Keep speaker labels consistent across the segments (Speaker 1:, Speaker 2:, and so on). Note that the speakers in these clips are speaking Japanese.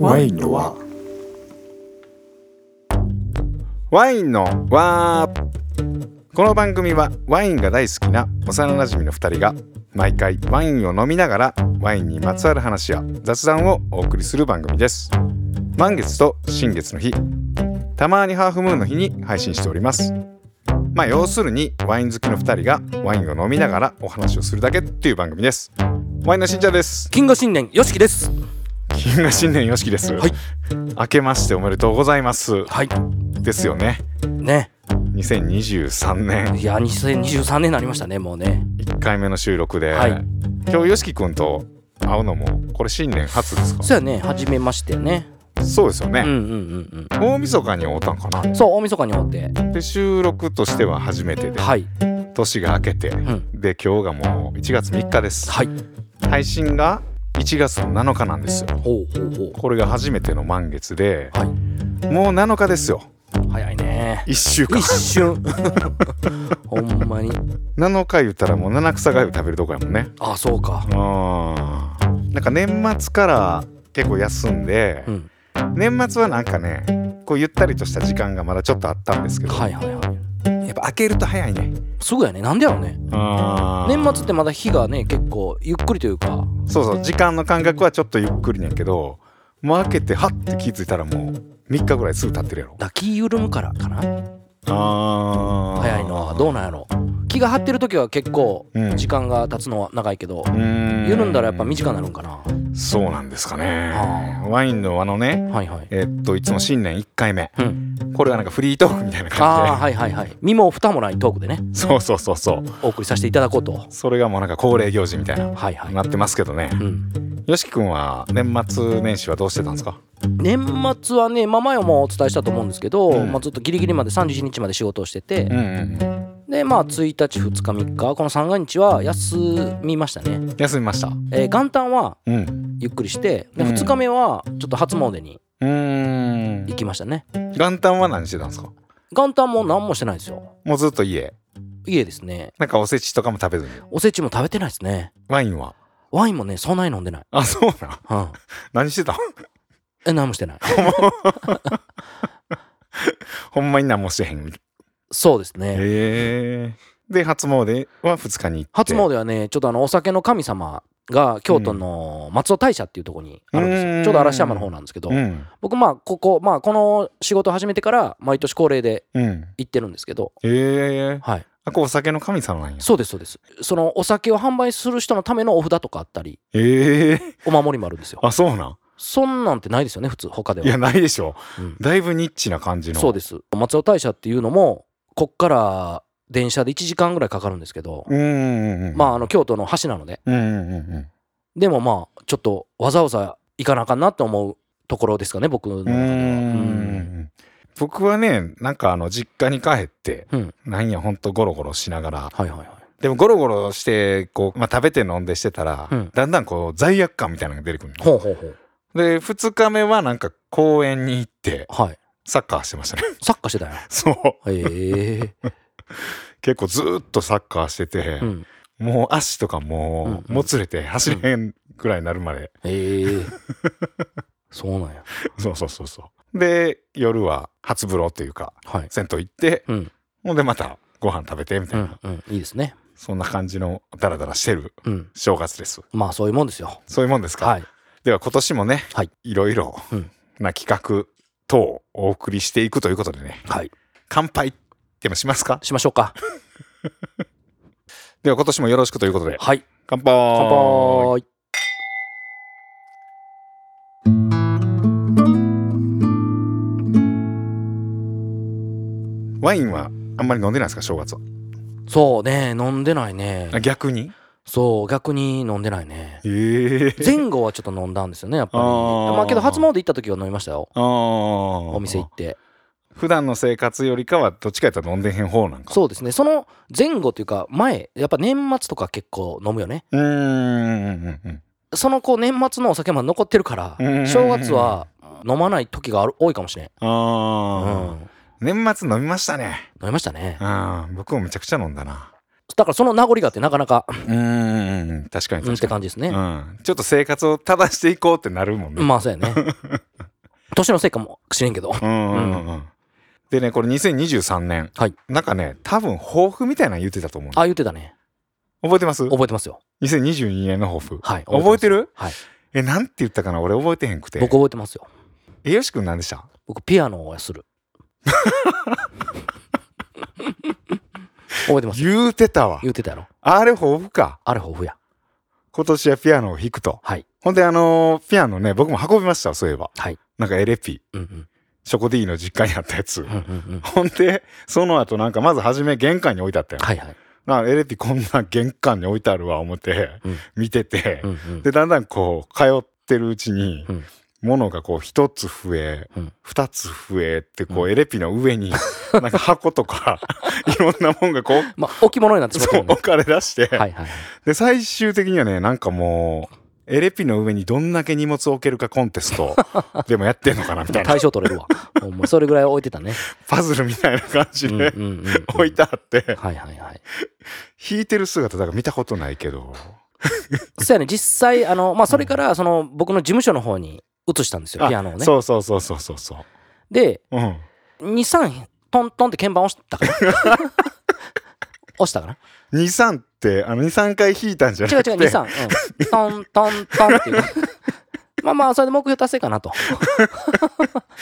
Speaker 1: ワインのは
Speaker 2: ワインのわーこの番組はワインが大好きな幼なじみの2人が毎回ワインを飲みながらワインにまつわる話や雑談をお送りする番組です満月と新月の日たまにハーフムーンの日に配信しておりますまあ要するにワイン好きの2人がワインを飲みながらお話をするだけっていう番組ですワインのしんちゃんです
Speaker 3: 金河新年よしきです
Speaker 2: 金河新年よしきです、
Speaker 3: はい
Speaker 2: 明けましておめでとうございます
Speaker 3: はい
Speaker 2: ですよね
Speaker 3: ね
Speaker 2: 2023年
Speaker 3: いや2023年になりましたねもうね
Speaker 2: 1回目の収録で、
Speaker 3: はい
Speaker 2: 今日よしきくんと会うのもこれ新年初ですか
Speaker 3: そうやね初めましてね
Speaker 2: そうですよ
Speaker 3: うんう
Speaker 2: ね、
Speaker 3: んうん
Speaker 2: 大晦日に会うたんか
Speaker 3: う
Speaker 2: なん
Speaker 3: そう大晦日におって
Speaker 2: で収録としては初めてで
Speaker 3: はい
Speaker 2: 年が明けて、
Speaker 3: ん
Speaker 2: で今日がもう1月3日です
Speaker 3: はい
Speaker 2: 配信が1月の7日なんですよ
Speaker 3: ほうほうほ
Speaker 2: これが初めての満月で
Speaker 3: うはい
Speaker 2: もう7日ですよ
Speaker 3: 早いね
Speaker 2: 1週間
Speaker 3: 一瞬ほんまに
Speaker 2: 7日言ったらもう七草がゆ食べるとこやもんね
Speaker 3: あそうか
Speaker 2: うんなんか年末から結構休んで、
Speaker 3: うん
Speaker 2: 年末はなんかねこうゆったりとした時間がまだちょっとあったんですけど、
Speaker 3: はいはいはい
Speaker 2: やっぱ開けると早いね
Speaker 3: すぐやねなんでやろうね年末ってまだ日がね結構ゆっくりというか
Speaker 2: そうそう時間の感覚はちょっとゆっくりねんけどもう開けてはって気づいたらもう3日ぐらいすぐ経ってるやろ
Speaker 3: 抱き緩むからかな
Speaker 2: あ
Speaker 3: 早いのはどうなんやろ気が張ってる時は結構
Speaker 2: うん
Speaker 3: 時間が経つのは長いけど、
Speaker 2: うん
Speaker 3: 緩んだらやっぱ短くなるんかな、
Speaker 2: そうなんですか
Speaker 3: あ
Speaker 2: ねワインのあのね
Speaker 3: はいはい
Speaker 2: えっといつも新年1回目
Speaker 3: うん、
Speaker 2: これはなんかフリートークみたいな感じ
Speaker 3: あ
Speaker 2: で、
Speaker 3: あはいはいはい身も蓋もないトークでね
Speaker 2: そうそうそうそう
Speaker 3: お送りさせていただこうとは
Speaker 2: それがもうなんか恒例行事みたいな、
Speaker 3: いはい、
Speaker 2: なってますけどね
Speaker 3: うん、
Speaker 2: よしきくんは年末年始はどうしてたんですか
Speaker 3: 年末はね、まあ、前もお伝えしたと思うんですけど、
Speaker 2: うん
Speaker 3: まあ、ずっとギリギリまで31日まで仕事をしてて、
Speaker 2: うんうん
Speaker 3: でまあ1日2日3日この三が日は休みましたね、
Speaker 2: 休みました
Speaker 3: えー元旦は
Speaker 2: うん
Speaker 3: ゆっくりしてで
Speaker 2: うん
Speaker 3: 2日目はちょっと初詣に
Speaker 2: うーん
Speaker 3: 行きましたね
Speaker 2: 元旦は何してたんですか
Speaker 3: 元旦も何もしてないですよ
Speaker 2: もうずっと家
Speaker 3: 家ですね
Speaker 2: なんかおせちとかも食べずに
Speaker 3: おせちも食べてないですね
Speaker 2: ワインは
Speaker 3: ワインもねそんなに飲んでない、
Speaker 2: あそうなん
Speaker 3: うん、
Speaker 2: 何してたん
Speaker 3: え何もしてない
Speaker 2: ほんまに何もしてへん
Speaker 3: そうです ね
Speaker 2: へえで初詣は2日に行って
Speaker 3: 初詣はねちょっとあのお酒の神様が京都の松尾大社っていうところにあるんですよ、
Speaker 2: うん
Speaker 3: ちょうど嵐山の方なんですけど、
Speaker 2: うん
Speaker 3: 僕まあここまあこの仕事始めてから毎年恒例で
Speaker 2: うん
Speaker 3: 行ってるんですけど
Speaker 2: へえ
Speaker 3: はい
Speaker 2: あこれお酒の神様なんや
Speaker 3: そうですそうですそのお酒を販売する人のためのお札とかあったり
Speaker 2: へえ
Speaker 3: お守りもあるんですよ
Speaker 2: あそうなん
Speaker 3: そんなんてないですよね普通他で
Speaker 2: い
Speaker 3: は
Speaker 2: やないでしょ
Speaker 3: うん
Speaker 2: だいぶニッチな感じの
Speaker 3: そうです松尾大社っていうのもこっから電車で1時間ぐらいかかるんですけど、
Speaker 2: うんうんうん
Speaker 3: まああの京都の橋なので
Speaker 2: うんうんうんうん
Speaker 3: でもまあちょっとわざわざ行かなあかんなと思うところですかね僕の中
Speaker 2: う
Speaker 3: では
Speaker 2: ー
Speaker 3: うん
Speaker 2: ん僕はねなんかあの実家に帰って、
Speaker 3: うん
Speaker 2: なんやほんとゴロゴロしながら
Speaker 3: はいはいはい
Speaker 2: でもゴロゴロしてこう、まあ、食べて飲んでしてたら、
Speaker 3: うん
Speaker 2: だんだんこう罪悪感みたいなのが出てくるの
Speaker 3: ほうほうほう
Speaker 2: で2日目はなんか公園に行って
Speaker 3: はい
Speaker 2: サッカーしてましたね
Speaker 3: サッカーしてたよ
Speaker 2: そう
Speaker 3: へえ
Speaker 2: 結構ずーっとサッカーしてて、
Speaker 3: うん
Speaker 2: もう足とかもう、
Speaker 3: うんうん
Speaker 2: もつれて走れへんくらいになるまで、
Speaker 3: へえそうなんや
Speaker 2: そうそうそうそうで夜は初風呂というか
Speaker 3: はい
Speaker 2: 銭湯行って
Speaker 3: うん
Speaker 2: ほんでまたご飯食べてみた
Speaker 3: う
Speaker 2: いな、
Speaker 3: んうんいいですね
Speaker 2: そんな感じのダラダラしてる
Speaker 3: うん
Speaker 2: 正月です。
Speaker 3: まあそういうもんですよ
Speaker 2: そういうもんですか。
Speaker 3: はい
Speaker 2: では今年もね、
Speaker 3: はい
Speaker 2: い、ろいろ
Speaker 3: うん
Speaker 2: な企画等をお送りしていくということでね、
Speaker 3: はい
Speaker 2: 乾杯でもしますか
Speaker 3: しましょうか
Speaker 2: では今年もよろしくということで、
Speaker 3: はい
Speaker 2: 乾杯
Speaker 3: 乾杯
Speaker 2: ワインはあんまり飲んでないですか、正月は。
Speaker 3: そうね飲んでないね
Speaker 2: あ逆に
Speaker 3: そう逆に飲んでないね
Speaker 2: ええ
Speaker 3: 前後はちょっと飲んだんですよねやっぱり
Speaker 2: あー
Speaker 3: まあけど初詣行った時は飲みましたよ
Speaker 2: ああ。
Speaker 3: お
Speaker 2: お
Speaker 3: 店行って
Speaker 2: 普段の生活よりかはどっちかやったら飲んでへん方なんか。
Speaker 3: そうですねその前後というか前やっぱ年末とか結構飲むよね
Speaker 2: うーんうんうん
Speaker 3: そのこう年末のお酒まだ残ってるから
Speaker 2: うん
Speaker 3: 正月は飲まない時がある多いかもしれん、
Speaker 2: うん。
Speaker 3: う
Speaker 2: ああ、
Speaker 3: ん、
Speaker 2: 年末飲みましたね。
Speaker 3: 飲みましたね
Speaker 2: うん。僕もめちゃくちゃ飲んだな。
Speaker 3: だからその名残があってなかなか
Speaker 2: うーんうん確かに
Speaker 3: うんっ
Speaker 2: 確
Speaker 3: て
Speaker 2: か
Speaker 3: 感じです
Speaker 2: に、
Speaker 3: ね
Speaker 2: うん、ちょっと生活を正していこうってなるもんね、
Speaker 3: まあそうやね年のせいかもしれんけど。
Speaker 2: うんうんうんうんでねこれ2023年、
Speaker 3: はい
Speaker 2: なんかね多分抱負みたいなの言ってたと思う
Speaker 3: あ、言ってたね。
Speaker 2: 覚えてます
Speaker 3: 覚えてますよ。
Speaker 2: 2022年の抱負
Speaker 3: はい。
Speaker 2: 覚えてる
Speaker 3: ますはい。
Speaker 2: えなんて言ったかな俺覚えてへんくて
Speaker 3: 僕覚えてますよ。
Speaker 2: えよし君何でした
Speaker 3: 僕、ピアノをする。 覚えてます
Speaker 2: 言うてたわ
Speaker 3: 言ってたやろ。
Speaker 2: あれ抱負か
Speaker 3: あれ豊富や。
Speaker 2: 今年はピアノを弾くと
Speaker 3: はい。
Speaker 2: ほんであのーピアノね僕も運びましたわそういえば
Speaker 3: はい。
Speaker 2: なんかエレピ
Speaker 3: うんうん。
Speaker 2: ショコディの実家にあったやつ
Speaker 3: うんうんうん。
Speaker 2: ほんでその後なんかまず初め玄関に置いてあったよ、
Speaker 3: はいはい。
Speaker 2: なんかエレピこんな玄関に置いてあるわ思って、
Speaker 3: うん
Speaker 2: 見てて、
Speaker 3: うんうん。
Speaker 2: でだんだんこう通ってるうちに、
Speaker 3: うん
Speaker 2: 物がこう一つ増え
Speaker 3: うん
Speaker 2: 二、つ増えってこ
Speaker 3: う
Speaker 2: うエレピの上 になんか箱とかいろんなもんがこう
Speaker 3: まあ、置物になってしまっ
Speaker 2: そ
Speaker 3: た
Speaker 2: う
Speaker 3: よね
Speaker 2: 置かれ出して、
Speaker 3: はいはい。
Speaker 2: で最終的にはねなんかもうエレピの上にどんだけ荷物を置けるかコンテス トでもやってんのかなみたいな
Speaker 3: 対象取れるわ。ほんまそれぐらい置いてたね。
Speaker 2: パズルみたいな感
Speaker 3: う
Speaker 2: じ
Speaker 3: ん
Speaker 2: で、
Speaker 3: うんうんうん。
Speaker 2: 置いてあって
Speaker 3: はいはいはい。
Speaker 2: 弾いてる姿だから見たことないけど
Speaker 3: そうやね、実際、あの、まあ、それから、その、僕の事務所の方に移したんですよ、
Speaker 2: あ
Speaker 3: ピアノをね。
Speaker 2: そうそうそうそうそうそう
Speaker 3: で、
Speaker 2: うん
Speaker 3: 2、3、トントンって鍵盤押したかな。押したかな。
Speaker 2: 23ってあの23回弾いたんじゃ
Speaker 3: 違う
Speaker 2: なくて
Speaker 3: 違う、2、3、うん。トントントンっていう。まあまあ、それで目標達成かなと。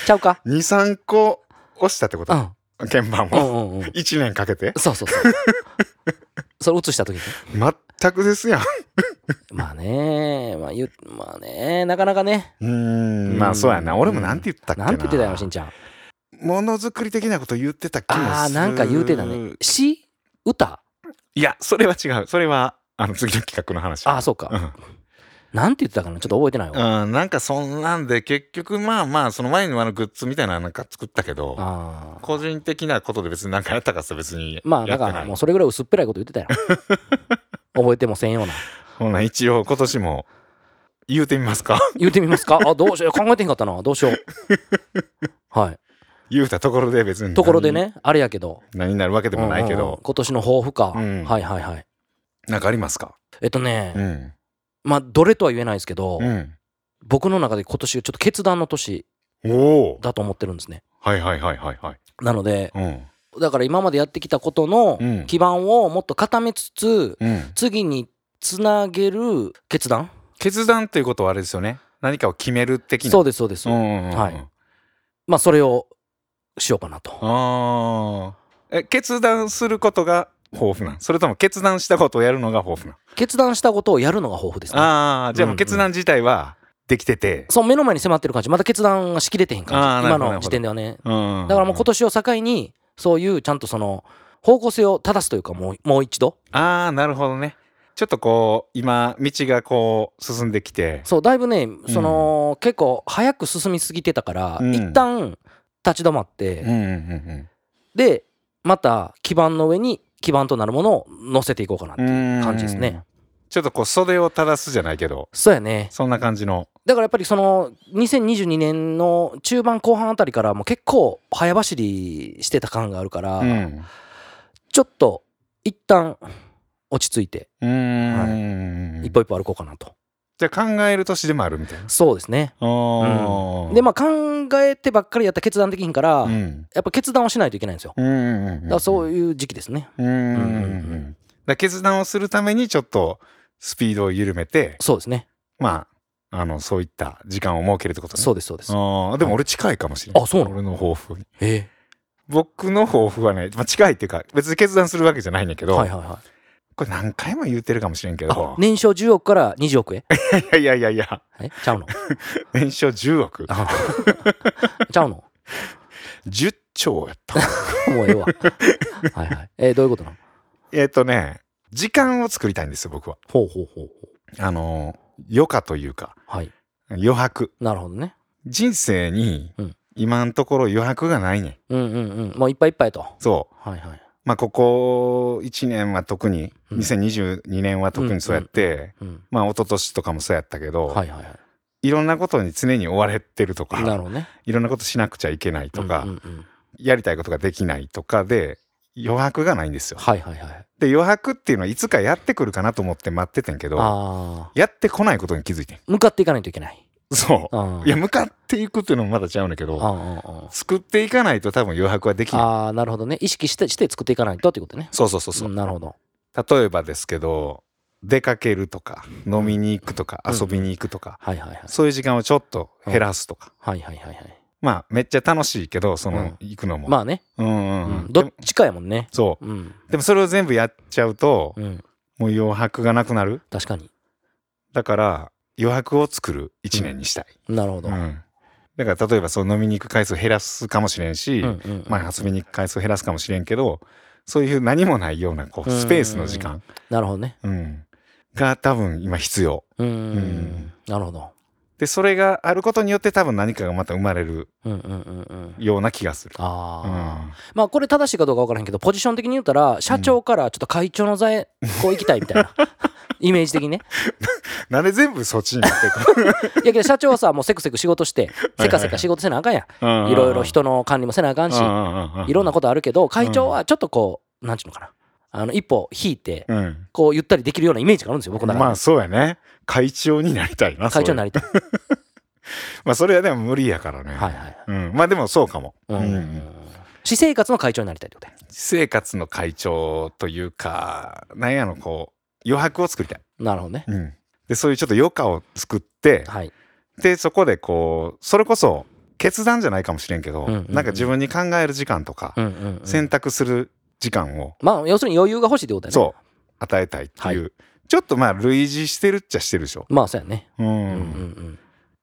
Speaker 3: ちゃうか。
Speaker 2: 23個押したってこ
Speaker 3: う
Speaker 2: と
Speaker 3: ん。
Speaker 2: 鍵盤
Speaker 3: う
Speaker 2: を
Speaker 3: んうんうん。
Speaker 2: 1年かけて
Speaker 3: そうそうそう。それ移した時に。
Speaker 2: 全くですやん
Speaker 3: まあね、まあ言う、まあね、なかなかね、
Speaker 2: うーんまあそうやな俺もなんて言ったっけな
Speaker 3: なんて言ってたよ、しんちゃん。
Speaker 2: ものづくり的なこと言ってた気もする
Speaker 3: ああ、なんか言うてたね。詩歌
Speaker 2: いやそれは違うそれはあの次の企画の話
Speaker 3: ああ、そう
Speaker 2: う
Speaker 3: か。
Speaker 2: ん
Speaker 3: なんて言ってたかなちょっと覚えてないわ。
Speaker 2: うん、なんかそんなんで結局まあまあそのワインのあのグッズみたいなのなんか作ったけど
Speaker 3: ああ。
Speaker 2: 個人的なことで別に何かやったかって別に
Speaker 3: まあ、
Speaker 2: や
Speaker 3: だ
Speaker 2: って
Speaker 3: か
Speaker 2: な
Speaker 3: ら
Speaker 2: い
Speaker 3: もうそれぐらい薄っぺらいこと言ってたよ。 覚えてもせんような。
Speaker 2: ほな一応今年も言うてみますか
Speaker 3: 言ってみますかあ、どうしよう。考えてへんかったな。どうしよう。はい。
Speaker 2: 言うたところで別に
Speaker 3: ところでね、あれやけど。
Speaker 2: 何になるわけでもないけ
Speaker 3: うんうんうん
Speaker 2: ど
Speaker 3: 今年の抱負か。は
Speaker 2: う
Speaker 3: い
Speaker 2: ん
Speaker 3: はいはい。
Speaker 2: なんかありますか
Speaker 3: えっとね
Speaker 2: う、ん
Speaker 3: まあ、どれとは言えないですけど
Speaker 2: う、ん
Speaker 3: 僕の中で今年ちょっと決断の年
Speaker 2: おお
Speaker 3: だと思ってるんですね。
Speaker 2: はいはいはいはいはい
Speaker 3: なので、
Speaker 2: うん
Speaker 3: だから今までやってきたことの
Speaker 2: うん
Speaker 3: 基盤をもっと固めつつ、
Speaker 2: うん
Speaker 3: 次につなげる決断
Speaker 2: 決断ということはあれですよね何かを決める的な
Speaker 3: そう
Speaker 2: う
Speaker 3: ですそうです、
Speaker 2: んうんうんうん
Speaker 3: はいまあそれをしようかなと
Speaker 2: あーえ決断することが抱負なんそれとも決断したことをやるのが抱負なん
Speaker 3: 決断したことをやるのが豊富ですね
Speaker 2: ああじゃあもう決断自体はできてて、
Speaker 3: そう目の前に迫ってる感じまだ決断がしきれてへん
Speaker 2: あ
Speaker 3: 感
Speaker 2: ーな
Speaker 3: じ
Speaker 2: る
Speaker 3: 今
Speaker 2: ほど
Speaker 3: の時点ではね
Speaker 2: うん
Speaker 3: だからもう今年を境にそういうちゃんとその方向性を正すというかもうもう一度
Speaker 2: ああなるほどねちょっとこう今道がこう進んできて
Speaker 3: そうだいぶねその、結構早く進みすぎてたから、
Speaker 2: うん
Speaker 3: 一旦立ち止まって、
Speaker 2: うんうんうん
Speaker 3: でまた基盤の上に基盤となるものを乗せていこうかなっていう感じです
Speaker 2: うん
Speaker 3: ね。
Speaker 2: ちょっとこう袖を正すじゃないけど
Speaker 3: そうやね
Speaker 2: そんな感じの
Speaker 3: だからやっぱりその2022年の中盤後半あたりからもう結構早走りしてた感があるから、
Speaker 2: うん
Speaker 3: ちょっと一旦落ち着いて
Speaker 2: うーん
Speaker 3: 一歩一歩歩こうかなと、
Speaker 2: じゃあ考える年でもあるみたいな
Speaker 3: そうですね
Speaker 2: あ
Speaker 3: で
Speaker 2: も
Speaker 3: まあ考えてばっかりやったら決断できひんから、
Speaker 2: う
Speaker 3: や
Speaker 2: ん
Speaker 3: っぱ決断をしないといけないんですよ
Speaker 2: うんうんうん
Speaker 3: だからそう
Speaker 2: う
Speaker 3: いう時期ですね
Speaker 2: うんうんうん
Speaker 3: うんう
Speaker 2: うん
Speaker 3: うん
Speaker 2: んだから決断をするためにちょっとスピードを緩めて
Speaker 3: そうですね
Speaker 2: まああのそういった時間を設けるってことね
Speaker 3: そうですそうです
Speaker 2: あーでも俺近いかもしれない、
Speaker 3: あそうなの
Speaker 2: 俺の抱負に
Speaker 3: え
Speaker 2: 僕の抱負はね、まあ、近いっていうか別に決断するわけじゃないんだけ
Speaker 3: え
Speaker 2: ど、
Speaker 3: はいはいはい
Speaker 2: これ何回も言ってるかもしれんけ
Speaker 3: あ
Speaker 2: ど、
Speaker 3: 年商10億から20億へ
Speaker 2: いやいやいやいや
Speaker 3: えちゃうの
Speaker 2: 年商10億
Speaker 3: あ ちゃうの
Speaker 2: 10兆やった
Speaker 3: もうええわ。はいはい。えーどういうことなの
Speaker 2: えっとね時間を作りたいんですよ僕は
Speaker 3: ほうほうほうほう。
Speaker 2: あの余暇というか
Speaker 3: はい。
Speaker 2: 余白
Speaker 3: なるほどね。
Speaker 2: 人生に
Speaker 3: うん
Speaker 2: 今のところ余白がないねん
Speaker 3: うんうんうん。もういっぱいいっぱいと。
Speaker 2: そう
Speaker 3: はいはい。
Speaker 2: まあここ1年は特に
Speaker 3: うん
Speaker 2: 2022年は特にそうやって、
Speaker 3: うん。
Speaker 2: まあ一昨年とかもそうやったけど、
Speaker 3: はいはいはい
Speaker 2: ろんなことに常に追われてると
Speaker 3: い。な
Speaker 2: か
Speaker 3: るほどね。
Speaker 2: いろんなことしなくちゃいけないとか、
Speaker 3: うんうんうん
Speaker 2: やりたいことができないとかで余白がないんですよ。
Speaker 3: はいはいはい。
Speaker 2: で余白っていうのはいつかやってくるかなと思って待っててんけど
Speaker 3: ああ。
Speaker 2: やってこないことに気づいてん
Speaker 3: 向かっていかないといけない。
Speaker 2: そう
Speaker 3: うん
Speaker 2: いや向かっていくっていうのもまだちゃうんだけ
Speaker 3: うん
Speaker 2: ど
Speaker 3: うんうん
Speaker 2: 作っていかないと多分余白はできない
Speaker 3: ああなるほどね意識してして作っていかないとってことね
Speaker 2: そうそうそうそう
Speaker 3: うんなるほど
Speaker 2: 例えばですけど出かけるとか飲みに行くとか
Speaker 3: うん
Speaker 2: 遊びに行くとか、
Speaker 3: はいはいはい
Speaker 2: そういう時間をちょっと減らすとか、
Speaker 3: はいはいはいはい
Speaker 2: まあめっちゃ楽しいけどそうの
Speaker 3: ん
Speaker 2: 行くのも、
Speaker 3: まあね
Speaker 2: うんうんうん
Speaker 3: うんどっちかやもんね
Speaker 2: そ
Speaker 3: うん
Speaker 2: うでもそれを全部やっちゃうと、
Speaker 3: うん
Speaker 2: もう余白がなくなる
Speaker 3: 確かに
Speaker 2: だから余白を作る1年にしたい、
Speaker 3: なるほ
Speaker 2: う
Speaker 3: ど
Speaker 2: んだから例えばその飲みに行く回数減らすかもしれんし、
Speaker 3: うんうんうん
Speaker 2: まあ、遊びに行く回数減らすかもしれんけどそういう何もないようなこう
Speaker 3: うん
Speaker 2: スペースの時間、
Speaker 3: なるほどね
Speaker 2: うんが多分今必要
Speaker 3: うー
Speaker 2: うんん
Speaker 3: なるほど
Speaker 2: でそれがあることによって多分何かがまた生まれる
Speaker 3: うんうんうんうん
Speaker 2: ような気がする。
Speaker 3: あ
Speaker 2: う
Speaker 3: あ
Speaker 2: ん、
Speaker 3: まあこれ正しいかどうか分からへんけどポジション的に言ったら社長からちょっと会長の 座へこう行きたいみたいなイメージ的にね
Speaker 2: なんで全部そっちに持っていく
Speaker 3: いやけど社長はさもうせくせく仕事してせかせか仕事せなあかんや
Speaker 2: うんうんうん
Speaker 3: いろいろ人の管理もせなあかんしいろんなことあるけど会長はちょっとこうなんちゅうのかなあの一歩引いて
Speaker 2: と、うん
Speaker 3: こうゆったりできるようなイメージがあるんですよ僕の
Speaker 2: ま
Speaker 3: 中
Speaker 2: あ
Speaker 3: で
Speaker 2: そうやね会長になりたいな
Speaker 3: 会長に
Speaker 2: な
Speaker 3: なりたい
Speaker 2: まあそれはでも無理やからね、
Speaker 3: はいはい
Speaker 2: うん、まあでもそうかも、
Speaker 3: う
Speaker 2: うんうんん
Speaker 3: 私生活の会長になりたいってことや
Speaker 2: 私生活の会長というかなんやのこう余白を作りたい、
Speaker 3: なるほどね
Speaker 2: うん、でそういうちょっと余暇を作って
Speaker 3: はい
Speaker 2: でそこでこうそれこそ決断じゃないかもしれんけど、
Speaker 3: うんうんうん
Speaker 2: なんか自分に考える時間とか、
Speaker 3: うんうんうん
Speaker 2: 選択する時間を、
Speaker 3: まあ要するに余裕が欲しいってことやね
Speaker 2: そう与えたいっていう、ちょっとまあ類似してるっちゃしてるでしょ、
Speaker 3: まあそうやね
Speaker 2: うん
Speaker 3: うんうんうん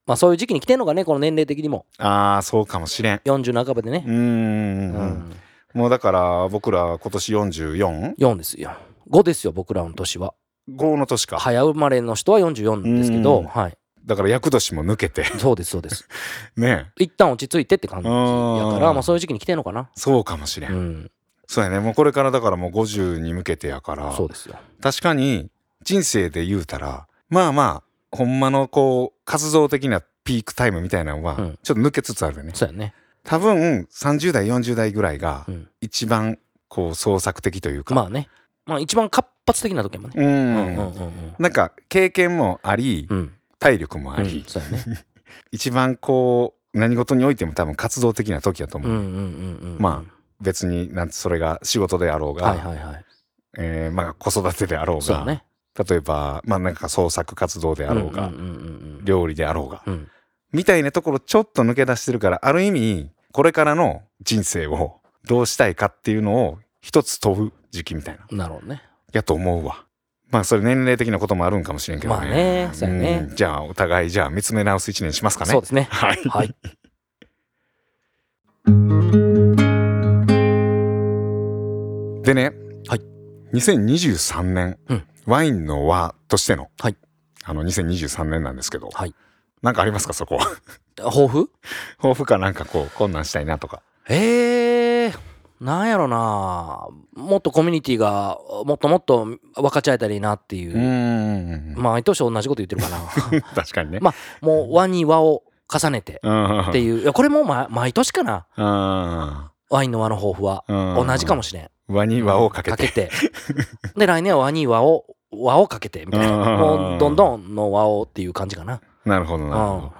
Speaker 3: まあそういう時期に来てんのがねこの年齢的にも
Speaker 2: ああそうかもしれん
Speaker 3: 40半ばで
Speaker 2: う
Speaker 3: ね、
Speaker 2: ん
Speaker 3: う
Speaker 2: うんうんもうだから僕ら今年 44?5
Speaker 3: 4ですよ5ですよ僕らの年は
Speaker 2: の年か、
Speaker 3: 早生まれの人は44なんですけど、
Speaker 2: うん
Speaker 3: はい
Speaker 2: だから厄年も抜け て
Speaker 3: そうですそうです
Speaker 2: ね
Speaker 3: 一旦落ち着いてって感じやから
Speaker 2: うん
Speaker 3: まあそういう時期に来てんのかな
Speaker 2: そうかもしれん、
Speaker 3: うん
Speaker 2: そうやねもうこれからだからもう50に向けてやから
Speaker 3: そうですよ
Speaker 2: 確かに人生で言うたらまあまあほんまのこう活動的なピークタイムみたいなのは
Speaker 3: うん
Speaker 2: ちょっと抜けつつあるよね、
Speaker 3: そうやね
Speaker 2: 多分30代40代ぐらいが
Speaker 3: うん
Speaker 2: 一番こう創作的というか、
Speaker 3: まあねまあ一番活発的な時もね
Speaker 2: う
Speaker 3: うん
Speaker 2: ん、
Speaker 3: うんうんうん
Speaker 2: なんか経験もあり、
Speaker 3: うん
Speaker 2: 体力もあり、
Speaker 3: うんそう やね
Speaker 2: 一番こう何事においても多分活動的な時だと思
Speaker 3: う
Speaker 2: う、
Speaker 3: んうんうんうん
Speaker 2: ま別になんてそれが仕事であろう
Speaker 3: あ
Speaker 2: が、
Speaker 3: はいはいはい
Speaker 2: えーまあ、子育てであろう
Speaker 3: そう
Speaker 2: が
Speaker 3: やね
Speaker 2: 例えば、まあ、なんか創作活動であろうが、
Speaker 3: うんうんうんうん
Speaker 2: 料理であろうが
Speaker 3: うん
Speaker 2: みたいなところちょっと抜け出してるからある意味これからの人生をどうしたいかっていうのを一つ問う時期みたいな
Speaker 3: なるほどね
Speaker 2: やと思うわまあそれ年齢的なこともあるんかもしれんけどね,、
Speaker 3: まあねそうやね
Speaker 2: んじゃあお互いじゃあ見つめ直す一年しますかね
Speaker 3: そうですね
Speaker 2: はい
Speaker 3: はい
Speaker 2: でね、
Speaker 3: はい、
Speaker 2: 2023年、
Speaker 3: うん
Speaker 2: ワインの輪としての、
Speaker 3: はい、
Speaker 2: あの2023年なんですけど、
Speaker 3: はい、
Speaker 2: なんかありますか そこは
Speaker 3: 抱負
Speaker 2: 抱負かなんかこうこんなんしたいなとか
Speaker 3: えー、なんやろなもっとコミュニティがもっともっと分かち合えたらいいなっていうう、
Speaker 2: ん
Speaker 3: まあ毎年同じこと言ってるかな
Speaker 2: 確かにね、
Speaker 3: まあもう和に和を重ねて
Speaker 2: うん
Speaker 3: っていういやこれもう、ま、毎年かな
Speaker 2: うん
Speaker 3: ワインの和の抱負は
Speaker 2: うん
Speaker 3: 同じかもしれん
Speaker 2: 輪に輪をかけて
Speaker 3: で来年は和に和を和をかけてみたいな
Speaker 2: うん
Speaker 3: もうどんどんの和をっていう感じかな
Speaker 2: なるほどなるほ
Speaker 3: うん
Speaker 2: ど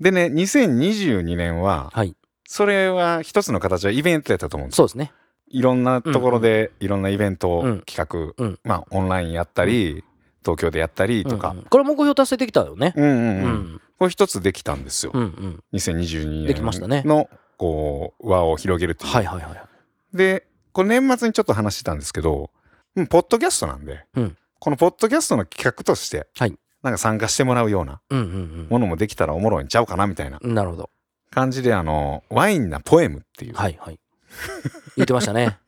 Speaker 2: でね2022年は
Speaker 3: はい
Speaker 2: それは一つの形はイベントやったと思うんです
Speaker 3: そうですね
Speaker 2: いろんなところでいろんなイベント
Speaker 3: う
Speaker 2: を
Speaker 3: ん
Speaker 2: 企画、
Speaker 3: うん
Speaker 2: まあオンラインやったり、東京でやったりと
Speaker 3: う
Speaker 2: か
Speaker 3: んうんこれ目標達成できたよね
Speaker 2: うんうん
Speaker 3: う
Speaker 2: うん、
Speaker 3: ん
Speaker 2: これ一つできたんですよ、
Speaker 3: うんうん
Speaker 2: 2022
Speaker 3: できましたね
Speaker 2: 年のこう輪を広げるっていう、
Speaker 3: はいはいはい
Speaker 2: でこれ年末にちょっと話してたんですけどうんポッドキャストなんで、
Speaker 3: うん
Speaker 2: このポッドキャストの企画として、
Speaker 3: はい
Speaker 2: なんか参加してもらうような
Speaker 3: うんうん
Speaker 2: ものもできたらおもろいんちゃうかなみたいな
Speaker 3: うんなるほど
Speaker 2: 感じであのワインなポエムっていう
Speaker 3: はいはい。言ってました ね。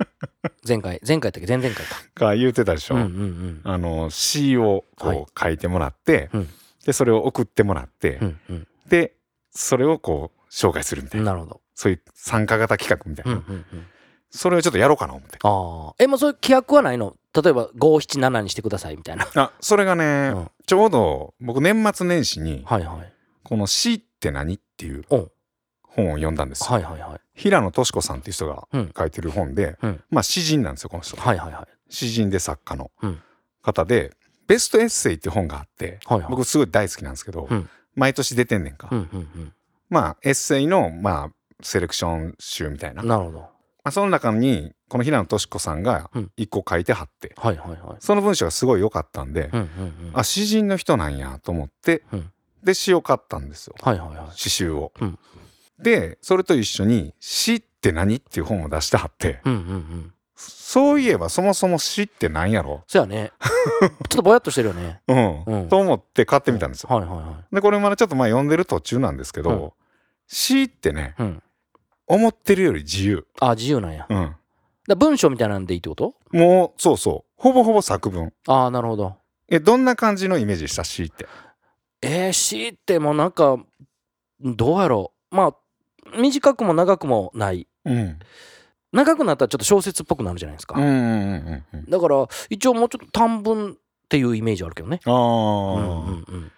Speaker 3: 前回、前回だっけ前々回か。
Speaker 2: か言うてたでし
Speaker 3: う
Speaker 2: ょ、
Speaker 3: んうんうん。
Speaker 2: あの詩を
Speaker 3: はい
Speaker 2: こう書いてもらって、
Speaker 3: うん
Speaker 2: でそれを送ってもらって、
Speaker 3: うんうん
Speaker 2: でそれをこう紹介するみたいな、
Speaker 3: なるほど。
Speaker 2: そういう参加型企画みたい
Speaker 3: うんう
Speaker 2: な、
Speaker 3: んうん。
Speaker 2: それをちょっとやろうかな思って
Speaker 3: ああ。え、もうそういう規約はないの例えば577にしてくださいみたいな。
Speaker 2: あそれがね、
Speaker 3: うん
Speaker 2: ちょうど僕年末年始に
Speaker 3: はいはい。
Speaker 2: この「詩って何?」っていう
Speaker 3: おん
Speaker 2: 本を読んだんですよ、
Speaker 3: はいはいはい。
Speaker 2: 平野敏子さんっていう人が
Speaker 3: うん
Speaker 2: 書いてる本で、
Speaker 3: うん
Speaker 2: まあ詩人なんですよこの人、
Speaker 3: はいはいはい。
Speaker 2: 詩人で作家の
Speaker 3: うん
Speaker 2: 方で「ベストエッセイ」って本があって
Speaker 3: はいはい。
Speaker 2: 僕すごい大好きなんですけど、
Speaker 3: うん
Speaker 2: 毎年出てんねんか、
Speaker 3: うんうん
Speaker 2: まあエッセイのまあセレクション集みたいな、
Speaker 3: うん。
Speaker 2: ま
Speaker 3: なるほど。
Speaker 2: あ、その中にこの平野俊子さんが
Speaker 3: うん
Speaker 2: 一個書いて貼って、
Speaker 3: はいはいはい。
Speaker 2: その文章がすごい良かったんで、
Speaker 3: うんうんうん。
Speaker 2: あ詩人の人なんやと思って、
Speaker 3: うん
Speaker 2: で詩を買ったんですよ
Speaker 3: はいはいはい。
Speaker 2: 詩集を。
Speaker 3: うん
Speaker 2: でそれと一緒に「詩って何?」っていう本を出してはって、
Speaker 3: うんうんうん。
Speaker 2: そういえばそもそも詩って何やろ、
Speaker 3: そうや ね。ちょっとぼやっとしてるよね。
Speaker 2: うん
Speaker 3: うん
Speaker 2: と思って買ってみたんですよ。
Speaker 3: はいはいは
Speaker 2: でこれまだちょっとまあ読んでる途中なんですけ
Speaker 3: うん
Speaker 2: ど詩、ってね
Speaker 3: い。うん。
Speaker 2: 思ってるより自由、
Speaker 3: あ、自由なんや。だか
Speaker 2: うん、
Speaker 3: ら文章みたいなんでいいってこと
Speaker 2: もうそうそうほぼほぼ作文
Speaker 3: ああ、なるほど。
Speaker 2: えどんな感じのイメージした詩って。
Speaker 3: えー、C ってもうなんか、どうやろう。まあ、短くも長くもない。
Speaker 2: うん
Speaker 3: 長くなったらちょっと小説っぽくなるじゃないですか。
Speaker 2: うんうんうんうん
Speaker 3: だから、一応もうちょっと短文っていうイメージあるけどね。
Speaker 2: あ
Speaker 3: うん
Speaker 2: あ、
Speaker 3: うんうん。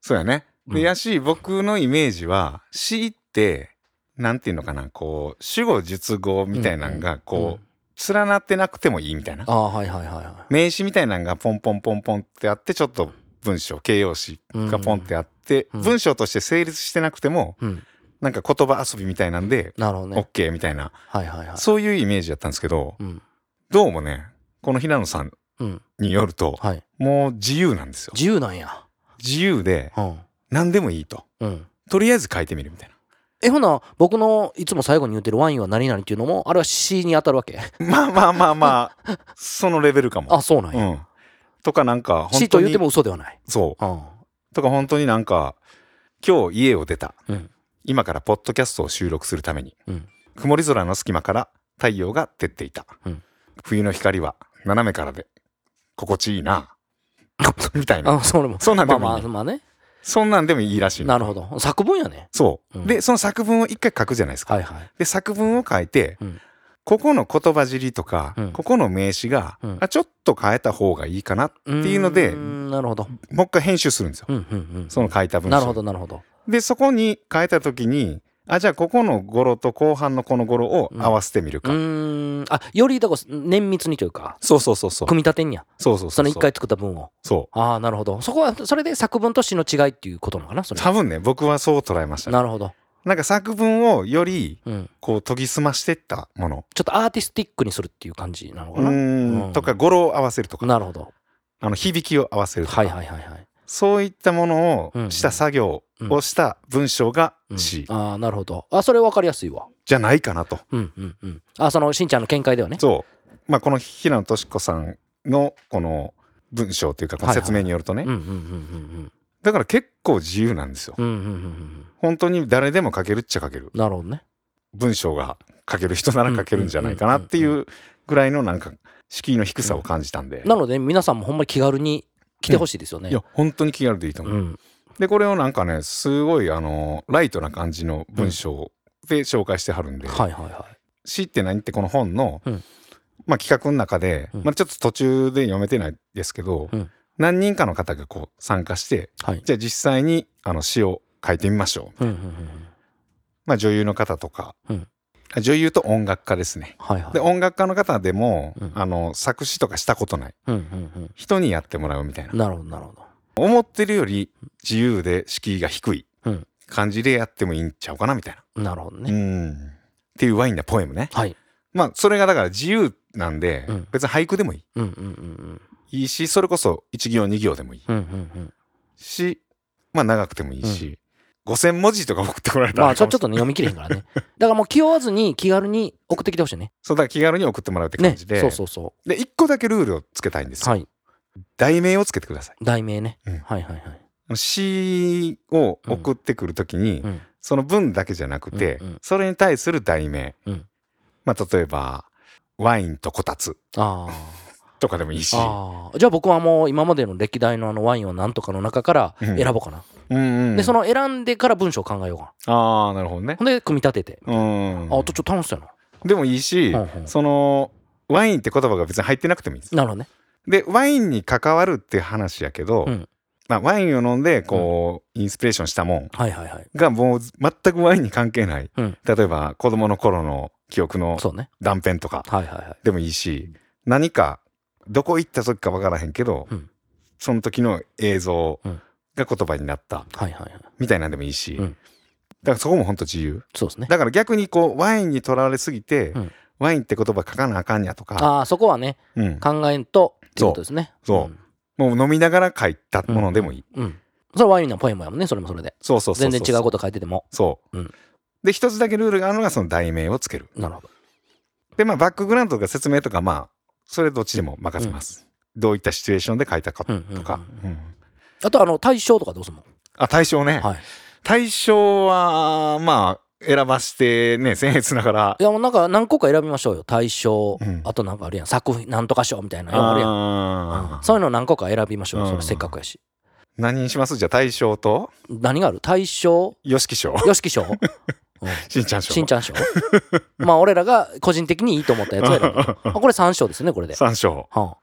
Speaker 2: そうやね。
Speaker 3: う
Speaker 2: で、
Speaker 3: ん
Speaker 2: やし、僕のイメージは、詩って、なんていうのかな、こう、主語、述語みたいなのが、こう、連なってなくてもいいみたいな
Speaker 3: あ。あ、はいはいはいは
Speaker 2: 名詞みたいなのがポンポンポンポンってあって、ちょっと文章、形容詞
Speaker 3: い。うん
Speaker 2: がポンってあって、
Speaker 3: うん
Speaker 2: 文章として成立してなくても、
Speaker 3: うん。
Speaker 2: なんか言葉遊びみたいなんで、
Speaker 3: なるほどね。
Speaker 2: OK みたいな、
Speaker 3: はいはいはい。
Speaker 2: そういうイメージだったんですけど、
Speaker 3: うん。
Speaker 2: どうもね、この平野さん
Speaker 3: うん。
Speaker 2: によると、
Speaker 3: はい。
Speaker 2: もう自由なんですよ。
Speaker 3: 自由なんや。
Speaker 2: 自由で、
Speaker 3: うん。
Speaker 2: 何でもいいと。
Speaker 3: うん。
Speaker 2: とりあえず書いてみるみたいな。
Speaker 3: え、ほな、僕のいつも最後に言ってるワインは何々っていうのも、あれは C に当たるわけ
Speaker 2: まあまあまあまあ、そのレベルかも。
Speaker 3: あ、そうなん
Speaker 2: う
Speaker 3: や。
Speaker 2: ん。とかなんか、本
Speaker 3: C
Speaker 2: 当
Speaker 3: と
Speaker 2: に。
Speaker 3: 言っても嘘ではない。
Speaker 2: そ
Speaker 3: うん。
Speaker 2: う。とか本当になんか、今日家を出た。
Speaker 3: うん。
Speaker 2: 今からポッドキャストを収録するために。
Speaker 3: うん。
Speaker 2: 曇り空の隙間から太陽が照っていた。
Speaker 3: うん
Speaker 2: 冬の光は斜めからで、心地いい な。みたいな。
Speaker 3: あ、それも。
Speaker 2: そんなんで
Speaker 3: まあ
Speaker 2: もいいね、
Speaker 3: まあ、まあね。
Speaker 2: そんなんでもいいらしいの
Speaker 3: なるほど。作文やね。
Speaker 2: そう、
Speaker 3: うん
Speaker 2: で、その作文を一回書くじゃないですか。
Speaker 3: はいはい。
Speaker 2: で、作文を書いて、
Speaker 3: うん
Speaker 2: ここの言葉尻とか、
Speaker 3: うん
Speaker 2: ここの名詞が、
Speaker 3: うん
Speaker 2: あ、ちょっと変えた方がいいかな
Speaker 3: って
Speaker 2: いうので
Speaker 3: なるほど。
Speaker 2: もう一回編集するんですよ。
Speaker 3: うんうん
Speaker 2: その書いた
Speaker 3: う
Speaker 2: 文
Speaker 3: ん。
Speaker 2: 章。
Speaker 3: なるほどなるほど。
Speaker 2: で、そこに書いた時に、あ、じゃあここの語呂と後半のこの語呂を合わせてみる
Speaker 3: う
Speaker 2: か。
Speaker 3: ーん。あ、よりだから綿密にというか、
Speaker 2: そうそうそうそう。
Speaker 3: 組み立てんや。
Speaker 2: そうそうそうう。
Speaker 3: その一回作った文を。
Speaker 2: そ。
Speaker 3: ああ、なるほど。そこは、それで作文と詩の違いっていうことなのかな、そうれ。
Speaker 2: 多分ね、僕はそう捉えました、ね。
Speaker 3: なるほど。
Speaker 2: なんか作文をより、
Speaker 3: うん。
Speaker 2: こう研ぎ澄ましてったもの。
Speaker 3: ちょっとアーティスティックにするっていう感じなの
Speaker 2: う
Speaker 3: かな。
Speaker 2: ー。
Speaker 3: うんん
Speaker 2: とか語呂を合わせるとか、
Speaker 3: なるほど。
Speaker 2: あの響きを合わせるとか、
Speaker 3: はいはいはいはい。
Speaker 2: そういったもの
Speaker 3: う
Speaker 2: を
Speaker 3: ん
Speaker 2: した作業をした文章が
Speaker 3: うん
Speaker 2: 詩
Speaker 3: ああ、なるほど。あ、それ分かりやすいわ。
Speaker 2: じゃないかなと。
Speaker 3: うんうんうん。あ、そのしんちゃんの見解ではね。
Speaker 2: そう。まあこの平野俊子さんのこの文章というかこの説明によるとね、
Speaker 3: うんうんうんうん
Speaker 2: だから結構自由なんですよ。
Speaker 3: うん。うんうんうんうん
Speaker 2: 本当に誰でも書けるっちゃ書ける
Speaker 3: うん。なるほどね。
Speaker 2: 文章が書ける人なら書けるんじゃないかなっていうぐらいのなんか敷居の低さを感じたんで、
Speaker 3: なので、皆さんもほんまに気軽に来てほしいですよね。
Speaker 2: いや本当に気軽でいいと
Speaker 3: う
Speaker 2: 思う、
Speaker 3: ん。
Speaker 2: でこれをなんかねすごいあのライトな感じの文章で紹介してはるんで「
Speaker 3: はいはいはい。
Speaker 2: 詩って何?」ってこの本の、
Speaker 3: うん
Speaker 2: まあ、企画の中で、
Speaker 3: うん
Speaker 2: まあ、ちょっと途中で読めてないですけど、
Speaker 3: うん
Speaker 2: 何人かの方がこう参加して
Speaker 3: はい。
Speaker 2: じゃあ実際にあの詩を書いてみましょう
Speaker 3: うんうんうんうん。
Speaker 2: まあ、女優の方とか、
Speaker 3: うん
Speaker 2: あ女優と音楽家ですね。
Speaker 3: はいはい。
Speaker 2: で音楽家の方でも、
Speaker 3: うん
Speaker 2: あの作詞とかしたことない
Speaker 3: うんうん
Speaker 2: 人にやってもらうみたいな、
Speaker 3: うん。なるほどなるほど。
Speaker 2: 思ってるより自由で敷居が低い
Speaker 3: うん
Speaker 2: 感じでやってもいいんちゃうかなみたいな、
Speaker 3: なるほど
Speaker 2: う
Speaker 3: ね。
Speaker 2: んっていうワインなポエムね
Speaker 3: はい。
Speaker 2: まあそれがだから自由なんで、
Speaker 3: うん
Speaker 2: 別に俳句でもい
Speaker 3: うんうんうん
Speaker 2: いいいしそれこそ1行2行でもいい
Speaker 3: うん。うん うん
Speaker 2: しまあ長くてもいいし、5,000文字とか送ってこられ
Speaker 3: うん。
Speaker 2: たら
Speaker 3: まあちょちょ
Speaker 2: と
Speaker 3: っとね読み切れへんか らね。だからもう気負わずに気軽に送ってきてほしいね。
Speaker 2: そうだから気軽に送ってもらうって感
Speaker 3: ね。
Speaker 2: じで,、
Speaker 3: そうそうそ
Speaker 2: で1個だけルールをつけたいんです
Speaker 3: う。
Speaker 2: よ、
Speaker 3: はい。
Speaker 2: 題名をつけてください
Speaker 3: 題名ね。
Speaker 2: うん
Speaker 3: はいはいはい。
Speaker 2: 詩を送ってくるときに、
Speaker 3: うん。
Speaker 2: その文だけじゃなくて、
Speaker 3: うんうん
Speaker 2: それに対する題名、
Speaker 3: うん
Speaker 2: まあ例えば「ワインとこたつ
Speaker 3: ああ。」
Speaker 2: とかでもいいし
Speaker 3: ああじゃあ僕はもう今までの歴代のあのワインをなんとかの中から
Speaker 2: うん
Speaker 3: 選ぼうかな、
Speaker 2: うんうん
Speaker 3: でその選んでから文章を考えようか
Speaker 2: ああなるほどね
Speaker 3: なほんで組み立てて、
Speaker 2: うん
Speaker 3: あとちょっと楽しそうや
Speaker 2: でもいいし、
Speaker 3: な、うんうん
Speaker 2: その「ワイン」って言葉が別に入ってなくてもいいです
Speaker 3: なるほどね
Speaker 2: でワインに関わるって話やけど、
Speaker 3: うん
Speaker 2: まあ、ワインを飲んでこう、インスピレーションしたもん
Speaker 3: はいはいはい
Speaker 2: がもう全くワインに関係ない、
Speaker 3: うん
Speaker 2: 例えば子供の頃の記憶の
Speaker 3: そうね
Speaker 2: 断片とか
Speaker 3: はいはいはい
Speaker 2: でもいいし何かどこ行った時か分からへんけど、
Speaker 3: うん
Speaker 2: その時の映像
Speaker 3: うん
Speaker 2: が言葉になった
Speaker 3: はいはいはい
Speaker 2: みたいなんでもいいし、
Speaker 3: うん
Speaker 2: だからそこも本当自由
Speaker 3: そうですね
Speaker 2: だから逆にこうワインにとらわれすぎて、
Speaker 3: うん
Speaker 2: ワインって言葉書かなあかんやとか、
Speaker 3: ああそこはね
Speaker 2: うん、
Speaker 3: 考えんとってことですね
Speaker 2: そうもう飲みながら書いたものでもいい、
Speaker 3: うん、うんそれはワインのポエムやもんねそれもそれで
Speaker 2: そうそうそうそう
Speaker 3: 全然違うこと書いてても
Speaker 2: そう、
Speaker 3: うん
Speaker 2: で一つだけルールがあるのがその題名をつける
Speaker 3: なるほど
Speaker 2: でまあバックグラウンドとか説明とかまあそれどっちでも任せます、どういったシチュエーションで書いたか
Speaker 3: うんうんうん
Speaker 2: とか、うん
Speaker 3: あとあの対象とかどうすんの
Speaker 2: あ対象ね、
Speaker 3: はい
Speaker 2: 対象はまあ選ばしてね僭越ながら
Speaker 3: いやもうなんか何個か選びましょうよ大賞、
Speaker 2: うん
Speaker 3: あとなんかあるやん作品なんとか賞みたいなのあるやん、うん
Speaker 2: あー
Speaker 3: そういうの何個か選びましょうよ
Speaker 2: うん
Speaker 3: それせっかくやし
Speaker 2: 何にしますじゃあ大賞と
Speaker 3: 何がある大賞
Speaker 2: よしき賞
Speaker 3: よし き賞うん
Speaker 2: しんちゃん賞
Speaker 3: しんちゃ ん賞まあ俺らが個人的にいいと思ったやつを選ぶ あこれ3賞ですねこれで、
Speaker 2: 3賞
Speaker 3: は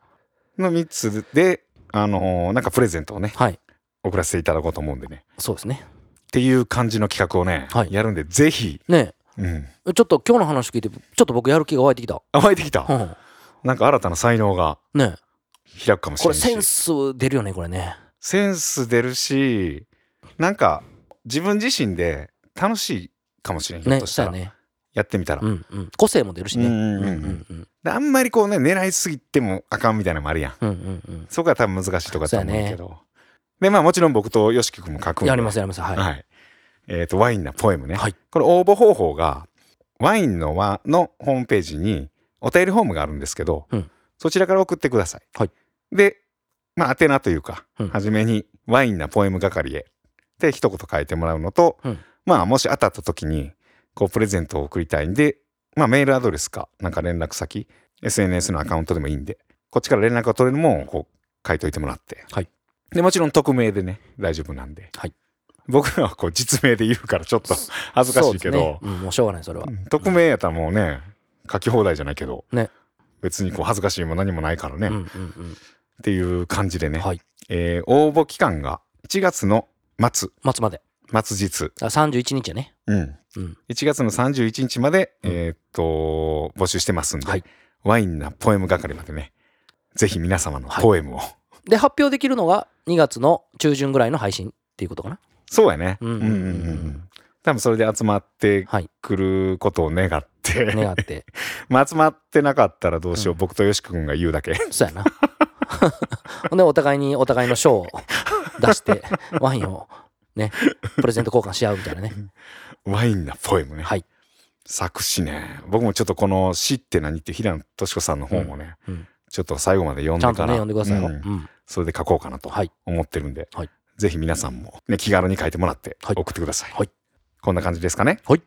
Speaker 2: の3つであのーなんかプレゼントをね
Speaker 3: あはい
Speaker 2: 送らせていただこうと思うんでね
Speaker 3: そうですね
Speaker 2: っていう感じの企画をね、
Speaker 3: はい
Speaker 2: やるんでぜひ、
Speaker 3: ね
Speaker 2: うん、
Speaker 3: えちょっと今日の話聞いてちょっと僕やる気が湧いてきた、
Speaker 2: あ湧いてきた、
Speaker 3: うん、
Speaker 2: なんか新たな才能が
Speaker 3: ねえ
Speaker 2: 開くかもし
Speaker 3: こ
Speaker 2: れ
Speaker 3: れ
Speaker 2: ないし
Speaker 3: センス出るよねこれね
Speaker 2: センス出るしなんか自分自身で楽しいかもしれんひょっ
Speaker 3: ね
Speaker 2: とし
Speaker 3: した
Speaker 2: た
Speaker 3: よ
Speaker 2: ら、
Speaker 3: ね
Speaker 2: やってみたら、
Speaker 3: うんうん個性も出るしね
Speaker 2: うんうんうん
Speaker 3: うん
Speaker 2: であんまりこうね狙いすぎてもあかんみたいなのもあるやん
Speaker 3: うんうんうん
Speaker 2: そこが多分難しいとこだと思うんだけど、でまあもちろん僕とよしき君も書くん
Speaker 3: うん
Speaker 2: で
Speaker 3: やりますやりますはい、
Speaker 2: はい、えっ、とワインなポエムね、
Speaker 3: はい
Speaker 2: これ応募方法がワインの輪のホームページにお便りフォームがあるんですけど、
Speaker 3: うん
Speaker 2: そちらから送ってください、
Speaker 3: はい
Speaker 2: でまあ宛名というか、
Speaker 3: うん
Speaker 2: 初めに「ワインなポエム係へ」で一言書いてもらうのと、
Speaker 3: うん
Speaker 2: まあもし当たった時にこうプレゼントを送りたいんで、まあ、メールアドレスかなんか連絡先 SNS のアカウントでもいいんでこっちから連絡が取れるもんをこう書いといてもらって、
Speaker 3: はい
Speaker 2: でもちろん匿名でね大丈夫なんで、
Speaker 3: はい
Speaker 2: 僕らはこう実名で言うからちょっ と恥ずかしいけど、
Speaker 3: そうですねうんもうしょうがないそれは、
Speaker 2: うん匿名やったらもうね書き放題じゃないけど、
Speaker 3: ね
Speaker 2: 別にこう恥ずかしいも何もないからね、
Speaker 3: うんう
Speaker 2: っ
Speaker 3: んうん
Speaker 2: ていう感じでね、
Speaker 3: はい
Speaker 2: えー応募期間が1月の末
Speaker 3: 待つまで
Speaker 2: 末日、
Speaker 3: あ31日やね
Speaker 2: うん
Speaker 3: うん
Speaker 2: 1月の31日まで、えーっと募集してますんで、
Speaker 3: はい
Speaker 2: ワインなポエム係までねぜひ皆様の
Speaker 3: はい
Speaker 2: ポエムを、
Speaker 3: で発表できるのが2月の中旬ぐらいの配信っていうことかな
Speaker 2: そうやね。
Speaker 3: うんうんうんうん
Speaker 2: 多分それで集まって
Speaker 3: はい
Speaker 2: くることを願って、
Speaker 3: 願って
Speaker 2: まあ集まってなかったらどうしよう、
Speaker 3: うん
Speaker 2: 僕とよしくんが言うだけ
Speaker 3: そうやな ほんでお互いにお互いの賞を出してワインをねプレゼント交換し合うみたいなね
Speaker 2: ワインなポエムね、
Speaker 3: はい
Speaker 2: 作詞ね僕もちょっとこの「詩って何?」っていう平野敏子さんの本をね、
Speaker 3: うんうん
Speaker 2: ちょっと最後まで読ん
Speaker 3: ちゃん
Speaker 2: で
Speaker 3: と
Speaker 2: か
Speaker 3: ね
Speaker 2: ら、
Speaker 3: 読んでくださいよ、
Speaker 2: う
Speaker 3: うんん
Speaker 2: それで書こうかなと
Speaker 3: はい
Speaker 2: 思ってるんで、
Speaker 3: はい
Speaker 2: ぜひ皆さんも、ね、気軽に書いてもらって
Speaker 3: はい
Speaker 2: 送ってください、
Speaker 3: はい
Speaker 2: こんな感じですかね
Speaker 3: はい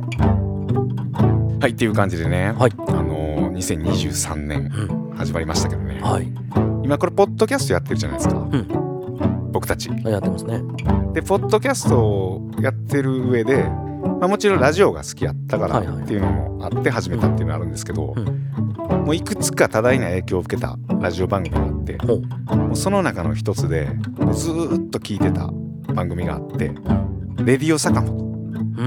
Speaker 2: はいっていう感じでね、
Speaker 3: はい
Speaker 2: あのー、2023年
Speaker 3: うん
Speaker 2: 始まりましたけどね、
Speaker 3: はい
Speaker 2: 今これポッドキャストやってるじゃないですか、僕たち
Speaker 3: やってますね
Speaker 2: でポッドキャストをやってる上で、まあ、もちろんラジオが好きやったから
Speaker 3: はいはい
Speaker 2: っていうのもあって始めたっていうのがあるんですけど、
Speaker 3: うん
Speaker 2: もういくつか多大な影響を受けたラジオ番組があって
Speaker 3: ほう
Speaker 2: もうその中の一つでずーっと聞いてた番組があって「レディオ坂本
Speaker 3: う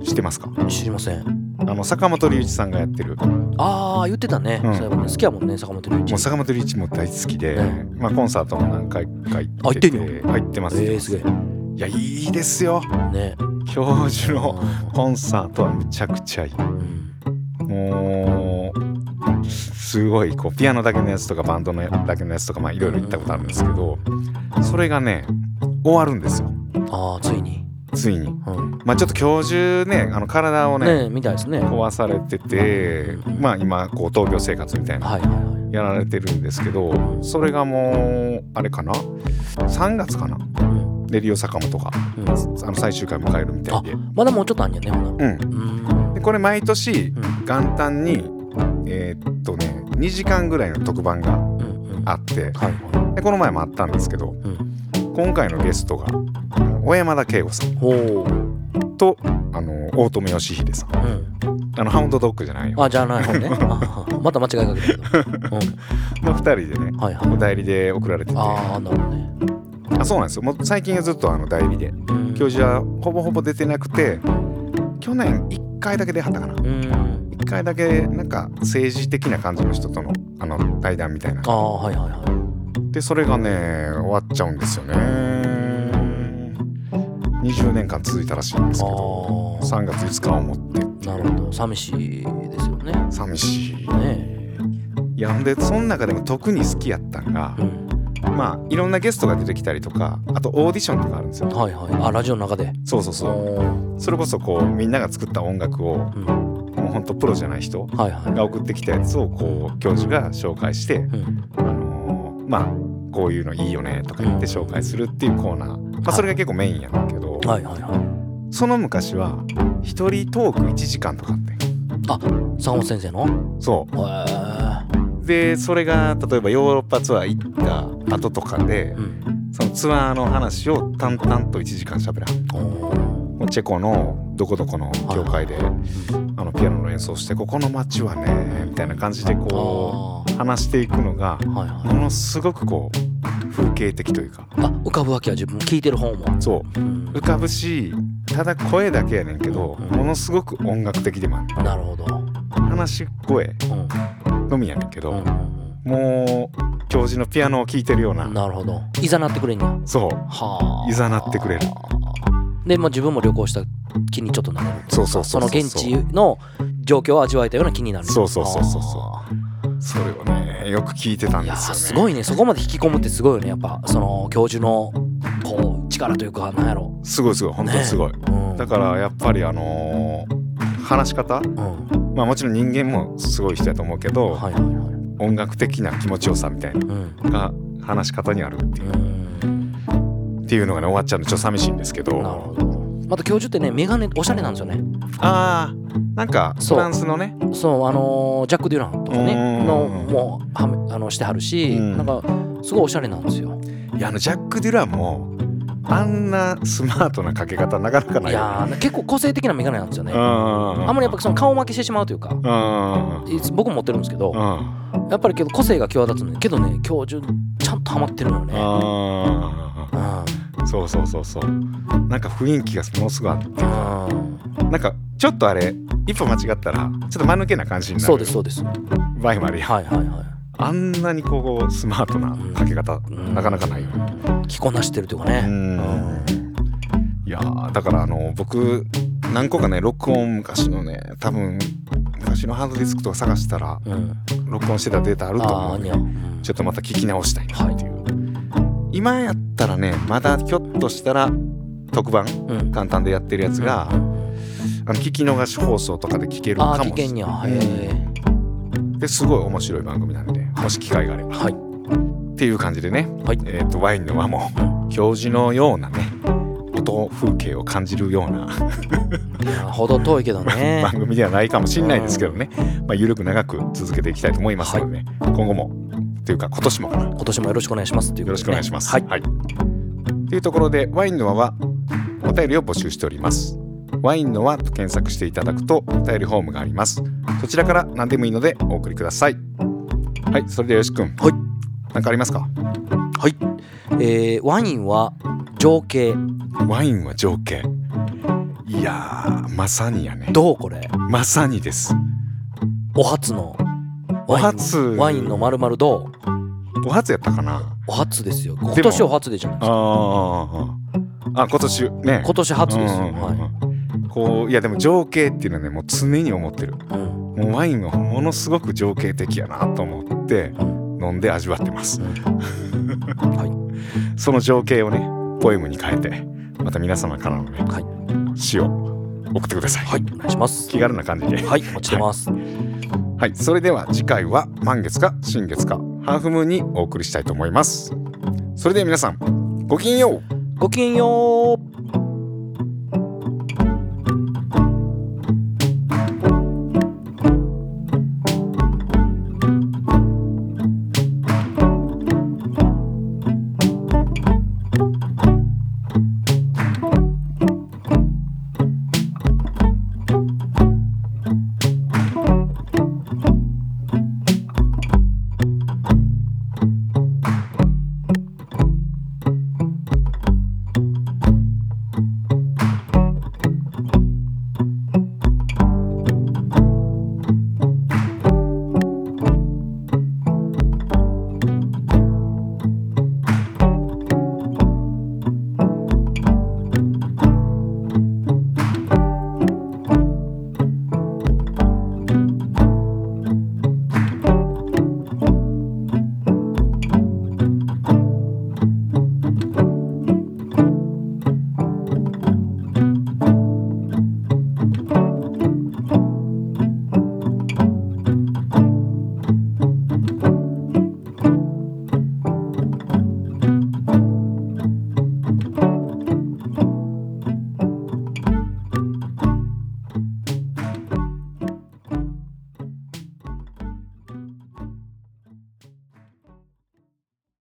Speaker 3: ー」
Speaker 2: 知ってますか
Speaker 3: ん知りません
Speaker 2: あの坂本龍一さんがやってる
Speaker 3: ああ言ってたね、
Speaker 2: うん
Speaker 3: そういえばね好きやもんね坂本龍一
Speaker 2: もう坂本龍一も大好きで、
Speaker 3: ね
Speaker 2: まあ、コンサートも何回か行って
Speaker 3: あ行って
Speaker 2: て入ってます
Speaker 3: ええー、す
Speaker 2: い
Speaker 3: げ
Speaker 2: やいいですよ
Speaker 3: えね
Speaker 2: 教授のコンサートはむちゃくちゃいい
Speaker 3: うん
Speaker 2: もうすごいこうピアノだけのやつとかバンドのだけのやつとかまあいろいろ行ったことあるんですけどそれがね終わるんですよ
Speaker 3: ああついに、
Speaker 2: ついに。
Speaker 3: うん、
Speaker 2: まあちょっと教授ねあの体をね
Speaker 3: ねみたいですねはい
Speaker 2: 壊されててまあ今こう闘病生活みたいな
Speaker 3: はいは、
Speaker 2: やられてるんですけどそれがもうあれかな3月かない
Speaker 3: うん
Speaker 2: レディオ坂本が
Speaker 3: うん、
Speaker 2: あの最終回迎えるみたいで。
Speaker 3: まだもうちょっとあんやねほな
Speaker 2: うん
Speaker 3: うん
Speaker 2: でこれ毎年
Speaker 3: うん
Speaker 2: 元旦にえーっとね2時間ぐらいの特番が
Speaker 3: うんうん
Speaker 2: あって
Speaker 3: はいは
Speaker 2: でこの前もあったんですけど
Speaker 3: いうん
Speaker 2: 今回のゲストが小山田圭吾さん
Speaker 3: ほう
Speaker 2: とあの大友義秀さん
Speaker 3: うん
Speaker 2: あのハウンドドッグじゃないよ
Speaker 3: あじゃあない方 ねあまた間違いかけたけど、う
Speaker 2: の2人でね
Speaker 3: ん、はいはい
Speaker 2: 代理で送られててあ
Speaker 3: ああなるほどね
Speaker 2: そうなんですよもう最近はずっとあの代理で
Speaker 3: うん
Speaker 2: 教授はほぼほぼ出てなくて去年1回だけ出はったかな
Speaker 3: うん
Speaker 2: 1回だけなんか政治的な感じの人とのあの対談みたいな
Speaker 3: ああはいはいはい
Speaker 2: でそれがね終わっちゃうんですよね20年間続いたらしいんですけど
Speaker 3: あ
Speaker 2: 3月5日をもって
Speaker 3: あなるほど寂しいですよね
Speaker 2: 寂しい
Speaker 3: ね
Speaker 2: いやほんでその中でも特に好きやったんが
Speaker 3: え、うん
Speaker 2: まあいろんなゲストが出てきたりとかあとオーディションとかあるんですよ
Speaker 3: はいはいあラジオの中で
Speaker 2: そうそうそう
Speaker 3: う
Speaker 2: それこそこうみんなが作った音楽を
Speaker 3: うんは
Speaker 2: もうほんとプロじゃない人
Speaker 3: いは
Speaker 2: が送ってきたやつをこう教授が紹介して、
Speaker 3: いうん
Speaker 2: あのーまあこういうのいいよねとか言って紹介するっていうコーナー、まあ、それが結構メインやねんけど、
Speaker 3: はいはいはい
Speaker 2: その昔は一人トーク1時間とかあって
Speaker 3: 坂本先生の
Speaker 2: そ
Speaker 3: へえ
Speaker 2: うでそれが例えばヨーロッパツアー行った後とかで
Speaker 3: うん
Speaker 2: そのツアーの話を淡々と1時間しゃべらん
Speaker 3: お
Speaker 2: もうチェコのどこどこの教会で
Speaker 3: ー
Speaker 2: あのピアノの演奏してここの街はねみたいな感じでこ
Speaker 3: あ
Speaker 2: う話していくのが
Speaker 3: ーはいはい
Speaker 2: ものすごくこう風景的というか
Speaker 3: あ浮かぶわけは自分聞いてる方も
Speaker 2: そう
Speaker 3: うん
Speaker 2: 浮かぶしただ声だけやねんけど
Speaker 3: うん
Speaker 2: ものすごく音楽的でもある
Speaker 3: なるほど
Speaker 2: 話し声
Speaker 3: うん
Speaker 2: のみやねんけ
Speaker 3: う
Speaker 2: ど
Speaker 3: んうん
Speaker 2: もう教授のピアノを聴いてるよう
Speaker 3: う
Speaker 2: なん
Speaker 3: なるほどいざなってくれんや
Speaker 2: そう
Speaker 3: はあ
Speaker 2: いざなってくれる
Speaker 3: で、まあ、自分も旅行した気にちょっとなる
Speaker 2: そうそうそ
Speaker 3: そ
Speaker 2: う
Speaker 3: の
Speaker 2: そう
Speaker 3: 現地の状況を味わえたような気になる
Speaker 2: そうそうそうそうそう
Speaker 3: あ
Speaker 2: それをねよく聞いてた
Speaker 3: ー
Speaker 2: ん
Speaker 3: いや
Speaker 2: です
Speaker 3: ーす
Speaker 2: よね
Speaker 3: ごいねそこまで引き込むってすごいよねやっぱその教授のこう力というかなんやろ
Speaker 2: すごいすごい本当にすごい
Speaker 3: うん
Speaker 2: だからやっぱりあのー話し方
Speaker 3: うん
Speaker 2: まあもちろん人間もすごい人やと思うけど
Speaker 3: はいはいはい
Speaker 2: 音楽的な気持ちよさみたいな
Speaker 3: う
Speaker 2: の
Speaker 3: ん
Speaker 2: が話し方にあるっていう
Speaker 3: うん
Speaker 2: っていうのがね終わっちゃうんでちょっと寂しいんですけ
Speaker 3: なる
Speaker 2: ど
Speaker 3: ほどまた教授ってねメガネおしゃれなんですよね
Speaker 2: あーなんか
Speaker 3: そ
Speaker 2: フ
Speaker 3: う
Speaker 2: ランスのね
Speaker 3: そうあのージャック・デュランとかね
Speaker 2: うん
Speaker 3: のもうはめあのしてはるし、
Speaker 2: うん
Speaker 3: なんかすごいおしゃれなんですよ
Speaker 2: いやあのジャック・デュランもあんなスマートなかけ方なかなかないいよ
Speaker 3: やー結構個性的なメガネなんですよね
Speaker 2: うん
Speaker 3: あ
Speaker 2: あ
Speaker 3: んまりやっぱその顔負けしてしまうというか
Speaker 2: うん
Speaker 3: いつ僕も持ってるんですけど
Speaker 2: うん
Speaker 3: やっぱりけど個性が際立つんでけどね教授ちゃんとハマってるのよね
Speaker 2: あ
Speaker 3: うん
Speaker 2: ーそうそうそうそうなんか雰囲気がものすごいある
Speaker 3: う
Speaker 2: なんかちょっとあれ一歩間違ったらちょっと間抜けな感じに
Speaker 3: ん、
Speaker 2: なる
Speaker 3: そうですそうですは
Speaker 2: 場合もある
Speaker 3: い
Speaker 2: やん
Speaker 3: はいはい
Speaker 2: あんなにこうスマートなかけ方、
Speaker 3: うん
Speaker 2: なかなかないよ
Speaker 3: 着こなしてるというかね
Speaker 2: うんいやーだからあの僕何個かね録音昔のね多分昔のハードディスクとか探したら
Speaker 3: うん、うん、
Speaker 2: 録音してたデータあると
Speaker 3: あ
Speaker 2: 思
Speaker 3: あ
Speaker 2: うん
Speaker 3: に
Speaker 2: で
Speaker 3: ゃ、うん
Speaker 2: ちょっとまた聞き直したいなっていう、今やったらねまだひょっとしたら特番
Speaker 3: うん
Speaker 2: 簡単でやってるやつが、あの聞き逃し放送とかで聞ける
Speaker 3: ああ
Speaker 2: か
Speaker 3: 危
Speaker 2: もしれ
Speaker 3: 険
Speaker 2: ない
Speaker 3: にゃへえ
Speaker 2: ですごい面白い番組なんでもし機会があれば、
Speaker 3: はい
Speaker 2: っていう感じでね、
Speaker 3: はい
Speaker 2: えー、とワインの輪も教授のようなね音風景を感じるような
Speaker 3: いやほど遠いけ どね
Speaker 2: 番組ではないかもしれないですけどね、まあ、緩く長く続けていきたいと思いますので、ね今後もというか今年もかな
Speaker 3: 今年もよろしくお願いしますっていう
Speaker 2: よろ
Speaker 3: こと
Speaker 2: しく
Speaker 3: で
Speaker 2: お
Speaker 3: ね
Speaker 2: 願いします。
Speaker 3: はい、
Speaker 2: はい。というところで、ワインの輪はお便りを募集しております。ワインの輪と検索していただくとお便りフォームがあります。そちらから何でもいいのでお送りください。はい、それではよしくん。
Speaker 3: はい。
Speaker 2: なんかありますか
Speaker 3: はいえー、ワインは情景
Speaker 2: ワインは情景。いやー、まさにやね。
Speaker 3: どうこれ
Speaker 2: まさにです。
Speaker 3: お初の
Speaker 2: お
Speaker 3: ワイン
Speaker 2: 初。
Speaker 3: ワインの。まるまるどう
Speaker 2: お初やったかな
Speaker 3: お初ですよ今年お初でじゃないですか
Speaker 2: ああ。あ、今年ね。
Speaker 3: 今年初ですよ、
Speaker 2: うんうんうん
Speaker 3: はい、
Speaker 2: こう、いやでも情景っていうのはね、もう常に思ってる。
Speaker 3: うん
Speaker 2: もうワインはものすごく情景的やなと思って
Speaker 3: うん
Speaker 2: 飲んで味わってます
Speaker 3: は
Speaker 2: その情景をねポエムに変えてまた皆様からのね、
Speaker 3: はい
Speaker 2: 詩を送ってください、
Speaker 3: い、はい、お願いします
Speaker 2: 気軽な感じで
Speaker 3: はい落ちてます、
Speaker 2: はいそれでは次回は満月か新月かハーフムーンにお送りしたいと思いますそれでは皆さんごきげんよう
Speaker 3: ごきげんよう